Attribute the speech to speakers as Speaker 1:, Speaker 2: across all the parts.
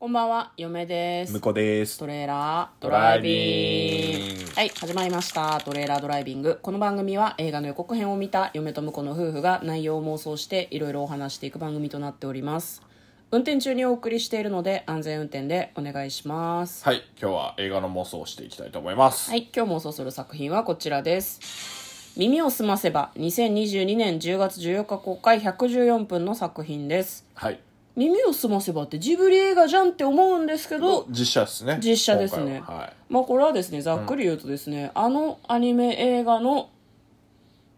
Speaker 1: こんばんは、嫁です
Speaker 2: 向。こうです
Speaker 1: トレーラードラ
Speaker 2: ラ
Speaker 1: イ
Speaker 2: イ
Speaker 1: ビ
Speaker 2: ビ
Speaker 1: ン
Speaker 2: ン
Speaker 1: グ。はい、始まりました。トレーラードライビング。この番組は映画の予告編を見た嫁と婿の夫婦が内容を妄想していろいろお話していく番組となっております。運転中にお送りしているので安全運転でお願いします。
Speaker 2: はい今日は映画の妄想をしていきたいと思います
Speaker 1: はい、今日妄想する作品はこちらです。耳をすませば2022年10月14日公開114分の作品です。
Speaker 2: はい、
Speaker 1: 耳をすませばってジブリ映画じゃんって思うんですけど、
Speaker 2: 実写ですね
Speaker 1: 実写ですね
Speaker 2: 今回ははい
Speaker 1: まあ、これはですねざっくり言うとですね、あのアニメ映画の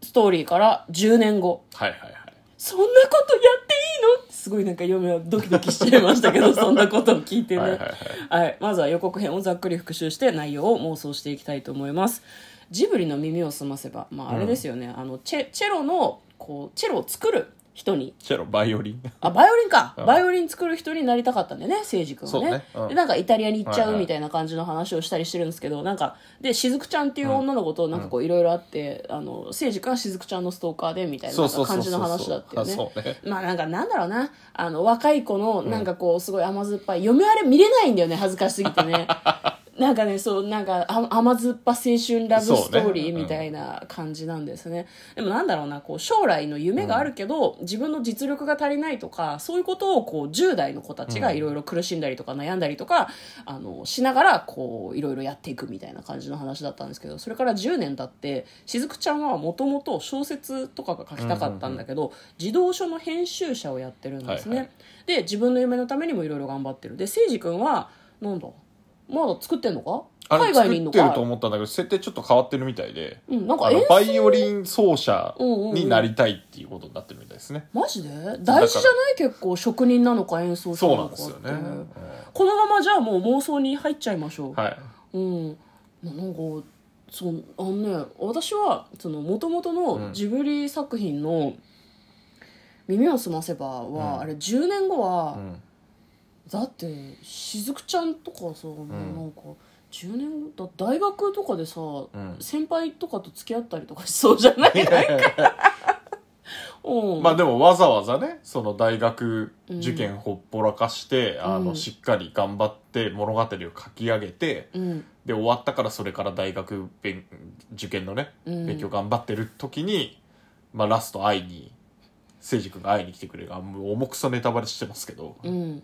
Speaker 1: ストーリーから10年後
Speaker 2: はいはいはい
Speaker 1: そんなことやっていいのってすごいなんか嫁はドキドキしちゃいました けどそんなことを聞いてね
Speaker 2: はいはいはい
Speaker 1: はいまずは予告編をざっくり復習して内容を妄想していきたいと思いますジブリの耳を澄ませば、まあ、あれですよね、あのチェチェロのこうチェロを作る人に
Speaker 2: チェロバイオリン
Speaker 1: あバイオリンか、
Speaker 2: うん
Speaker 1: バイオリン作る人になりたかったんだよね誠司君はね
Speaker 2: そうねうん
Speaker 1: でなんかイタリアに行っちゃ
Speaker 2: はいうはい
Speaker 1: みたいな感じの話をしたりしてるんですけど、なんかで雫ちゃんっていう女の子となんかこういろいろあってあの誠司君は雫ちゃんのストーカーでみたいな
Speaker 2: そ
Speaker 1: な
Speaker 2: うん
Speaker 1: か
Speaker 2: そうそう
Speaker 1: 感
Speaker 2: そ
Speaker 1: じ
Speaker 2: う
Speaker 1: の話だったよね
Speaker 2: あそうね
Speaker 1: まあなんかなんだろうなあの若い子のなんかこうすごい甘酸っぱい、嫁あれ見れないんだよね恥ずかしすぎて ねなんかねそうなんかあ甘酸っぱ青春ラブストーリ
Speaker 2: そ
Speaker 1: ー
Speaker 2: うね
Speaker 1: みたいな感じなんですねでもなんだろうなこう将来の夢があるけど、自分の実力が足りないとかそういうことをこう10代の子たちがいろいろ苦しんだりとか悩んだりとか、あのしながらこういろいろやっていくみたいな感じの話だったんですけどそれから10年経ってしずくちゃんはもともと小説とかが書きたかったんだけど、児童書の編集者をやってるんですね、
Speaker 2: はいは
Speaker 1: で自分の夢のためにもいろいろ頑張ってるで誠司君はなんだまだ作ってんのか
Speaker 2: あ
Speaker 1: 海
Speaker 2: れ
Speaker 1: 外
Speaker 2: 作
Speaker 1: にいんの
Speaker 2: ってる
Speaker 1: か
Speaker 2: と思ったんだけど設定ちょっと変わってるみたいで
Speaker 1: うん、なんか
Speaker 2: あの
Speaker 1: 演奏
Speaker 2: バイオリン奏者
Speaker 1: うんうん
Speaker 2: になりたいっていうことになってるみたいですね、
Speaker 1: マジで大事じゃない結構職人なのか演奏者
Speaker 2: そう
Speaker 1: な
Speaker 2: な
Speaker 1: の
Speaker 2: ん
Speaker 1: かって
Speaker 2: ですよね、うん
Speaker 1: このままじゃあもう妄想に入っちゃいましょう、
Speaker 2: はい
Speaker 1: うんななんかそうあのね私はその元々
Speaker 2: う
Speaker 1: の
Speaker 2: ん
Speaker 1: ジブリ作品の「耳をすませばは」
Speaker 2: うん
Speaker 1: あれ10年後は、
Speaker 2: うん
Speaker 1: だってしずくちゃんとかさ、もうなんか10年後だ大学とかでさ、
Speaker 2: ん
Speaker 1: 先輩とかと付き合ったりとかしそうじゃないうん
Speaker 2: まあでもわざわざねその大学受験ほっぽらかして、あ
Speaker 1: う
Speaker 2: の
Speaker 1: ん
Speaker 2: しっかり頑張って物語を書き上げて、
Speaker 1: うん
Speaker 2: で終わったからそれから大学勉受験のね、
Speaker 1: うん
Speaker 2: 勉強頑張ってる時に、まあ、ラスト会いに誠司君が会いに来てくれるあもう重くそネタバレしてますけど、
Speaker 1: うん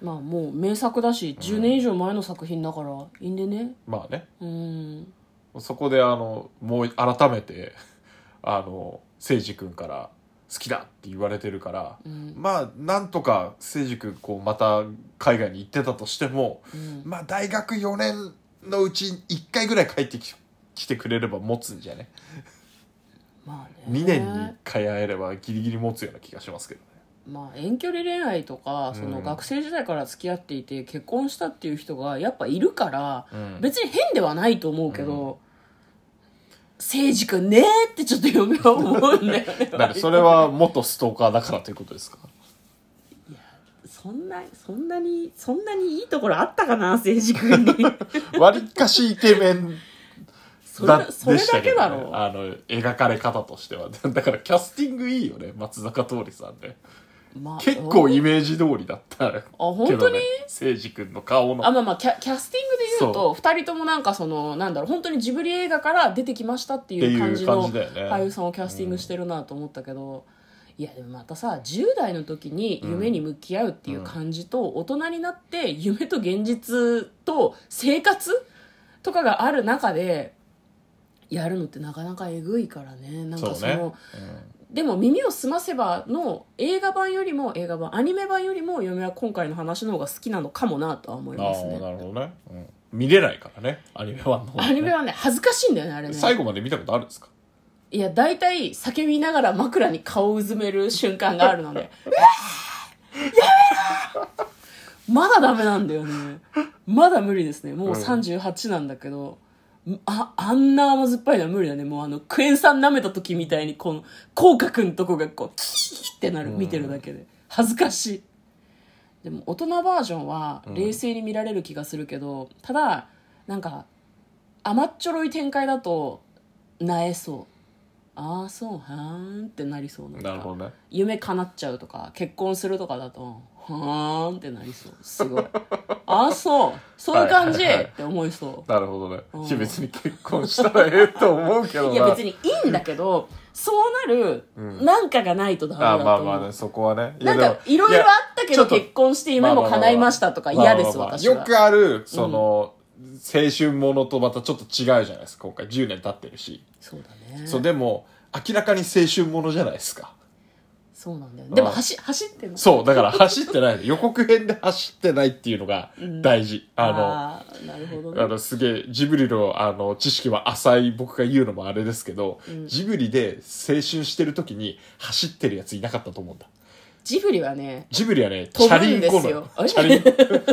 Speaker 1: まあもう名作だし10年以上前の作品だからいいんでね
Speaker 2: まあね
Speaker 1: うん
Speaker 2: そこであのもう改めて あの誠司君から「好きだ!」って言われてるから、
Speaker 1: うん
Speaker 2: まあなんとか誠司君こうまた海外に行ってたとしても、
Speaker 1: うん
Speaker 2: まあ大学4年のうち1回ぐらい帰ってき来てくれれば持つんじゃね
Speaker 1: まあね
Speaker 2: 2年に1回会えればギリギリ持つような気がしますけどね
Speaker 1: まあ遠距離恋愛とかその
Speaker 2: うん
Speaker 1: 学生時代から付き合っていて結婚したっていう人がやっぱいるから
Speaker 2: うん
Speaker 1: 別に変ではないと思うけど誠司君ねーってちょっと嫁は思うんだよ ね
Speaker 2: だからそれは元ストーカーだからということ ですか
Speaker 1: そんなそんなにそんなにいいところあったかな誠司君 に
Speaker 2: 割りかしイケメン
Speaker 1: それ
Speaker 2: だ
Speaker 1: だそれだけだろ
Speaker 2: でしたあの描かれ方としてはだからキャスティングいいよね松坂桃李さんね
Speaker 1: まあ
Speaker 2: 結構イメージ通りだったあ
Speaker 1: 本当に
Speaker 2: 誠司君の顔の
Speaker 1: あまあまあキャキャスティングで言うと2人ともなんかそのなんだろう本当にジブリ映画から出てきましたって
Speaker 2: って
Speaker 1: い
Speaker 2: いうう
Speaker 1: 感
Speaker 2: 感
Speaker 1: じ
Speaker 2: じ
Speaker 1: の
Speaker 2: だよね
Speaker 1: 俳優さんをキャスティングしてるなと思ったけど、いやでもまたさ10代の時に夢に向き合うっていう感じと、大人になって夢と現実と生活とかがある中でやるのってなかなかえぐいからねなんかその
Speaker 2: そうね
Speaker 1: でも「耳をすませば」の映画版よりも映画版アニメ版よりも嫁は今回の話の方が好きなのかもなとは思
Speaker 2: う
Speaker 1: い
Speaker 2: ん、あ
Speaker 1: ます
Speaker 2: あ
Speaker 1: ね
Speaker 2: なるほどね、うん見れないからねアニメ版の方ね
Speaker 1: アニメはね恥ずかしいんだよねあれね
Speaker 2: 最後まで見たことあるんですか
Speaker 1: いや大体叫びながら枕に顔をうずめる瞬間があるの でうわーやめろまだダメなんだよねまだ無理ですねもう38なんだけど、ああんな甘酸っぱいのは無理だねもうあのクエン酸舐めた時みたいにこの口角のとこがこうキーってなる見てるだけで恥ずかしいでも大人バージョンは冷静に見られる気がするけど、ただなんか甘っちょろい展開だとなえそうああそうはーんってなりそうな
Speaker 2: なるほどね
Speaker 1: 夢叶っちゃうとか結婚するとかだとはーんってなりそうすごいああそうそういう感じ、
Speaker 2: はいはいはい
Speaker 1: って思いそ
Speaker 2: なるほどね
Speaker 1: うん
Speaker 2: いや別に結婚したらええと思うけど
Speaker 1: う
Speaker 2: ない
Speaker 1: や別にいいんだけどそうなる
Speaker 2: うん
Speaker 1: なんかがないとダメ
Speaker 2: あ
Speaker 1: だ
Speaker 2: まあ
Speaker 1: と
Speaker 2: まあ
Speaker 1: 思う
Speaker 2: ねそこはねい
Speaker 1: な
Speaker 2: や
Speaker 1: んかいろいろあったけ
Speaker 2: いや
Speaker 1: ど
Speaker 2: でもちょっと
Speaker 1: 結婚して夢も叶いましたとか嫌です
Speaker 2: まあまあまあ
Speaker 1: 私は
Speaker 2: よくあるその、青春ものとまたちょっと違うじゃないですか今回10年経ってるし、
Speaker 1: そうだね
Speaker 2: そうでも明らかに青春ものじゃないですか
Speaker 1: そうなんだよでも
Speaker 2: うん
Speaker 1: 走走ってんの
Speaker 2: そうだ から走ってない予告編で走ってないっていうのが大事、あの
Speaker 1: あーなるほどね
Speaker 2: あのすげえジブリのあの知識は浅い僕が言うのもあれですけど、ジブリで青春してる時に走ってるやついなかったと思うんだ
Speaker 1: ジブリはね
Speaker 2: ジブリはね
Speaker 1: 飛
Speaker 2: チ
Speaker 1: ぶ
Speaker 2: ャリ
Speaker 1: ん
Speaker 2: ン
Speaker 1: で
Speaker 2: コ
Speaker 1: す
Speaker 2: の
Speaker 1: よ
Speaker 2: よチャリン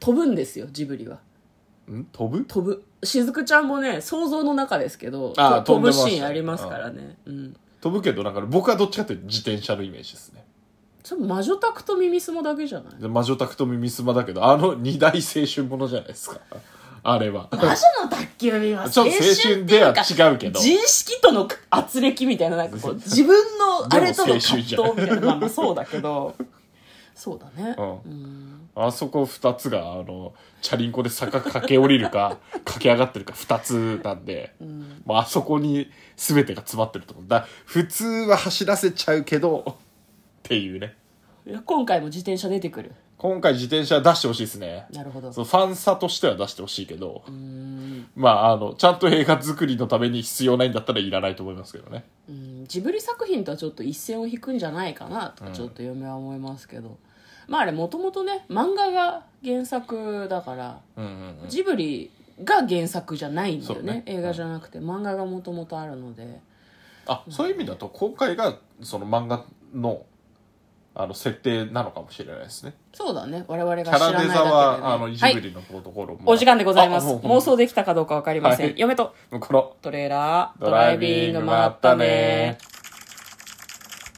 Speaker 1: 飛ぶんですよジブリは
Speaker 2: ん飛ぶ
Speaker 1: 飛ぶしずくちゃんもね想像の中ですけど
Speaker 2: あー
Speaker 1: と飛ぶ
Speaker 2: 飛んでました
Speaker 1: シーンありますからねうん
Speaker 2: 飛ぶけどだから僕はどっちかというと自転車のイメージですね
Speaker 1: それ魔女宅とミミスもだけじゃない
Speaker 2: で魔女宅とミスマだけどあの二大青春ものじゃないですかあ れは
Speaker 1: 魔女の宅急便は
Speaker 2: ちょっと青春では違うけど
Speaker 1: 自意識との圧力みたいななんかこう自分のあれとの葛藤みたいなまあまあそうだけどそうだね、
Speaker 2: う
Speaker 1: うん
Speaker 2: あそこ二つがあのチャリンコで坂駆け下り るか駆け上がってるか二つなんで、
Speaker 1: うん
Speaker 2: まああそこに全てが詰まってると思うだ普通は走らせちゃうけどっていうね
Speaker 1: いや今回も自転車出てくる
Speaker 2: 今回自転車出してほしいですね
Speaker 1: なるほど
Speaker 2: そうファン差としては出してほしいけど、
Speaker 1: うん
Speaker 2: まああのちゃんと映画作りのために必要ないんだったらいらないと思いますけどね
Speaker 1: うんジブリ作品とはちょっと一線を引くんじゃないかなとかちょっと嫁は思いますけど、まああれもともとね漫画が原作だから
Speaker 2: うんうん
Speaker 1: ジブリが原作じゃないんだよ
Speaker 2: そうね
Speaker 1: ね映画じゃなくて漫画がもともとあるので
Speaker 2: あそういう意味だと今回がその漫画のあの設定なのかもしれないですね
Speaker 1: そうだね我々が
Speaker 2: キ
Speaker 1: 知ら
Speaker 2: ャ
Speaker 1: ないだけで、ね、
Speaker 2: ラデザはあのジブ
Speaker 1: はい、
Speaker 2: リのところも
Speaker 1: お時間でございます
Speaker 2: あもうもう
Speaker 1: 妄想できたかどうかわかりません、
Speaker 2: はい
Speaker 1: 嫁と
Speaker 2: この
Speaker 1: トレーラード
Speaker 2: ドライビングもあったね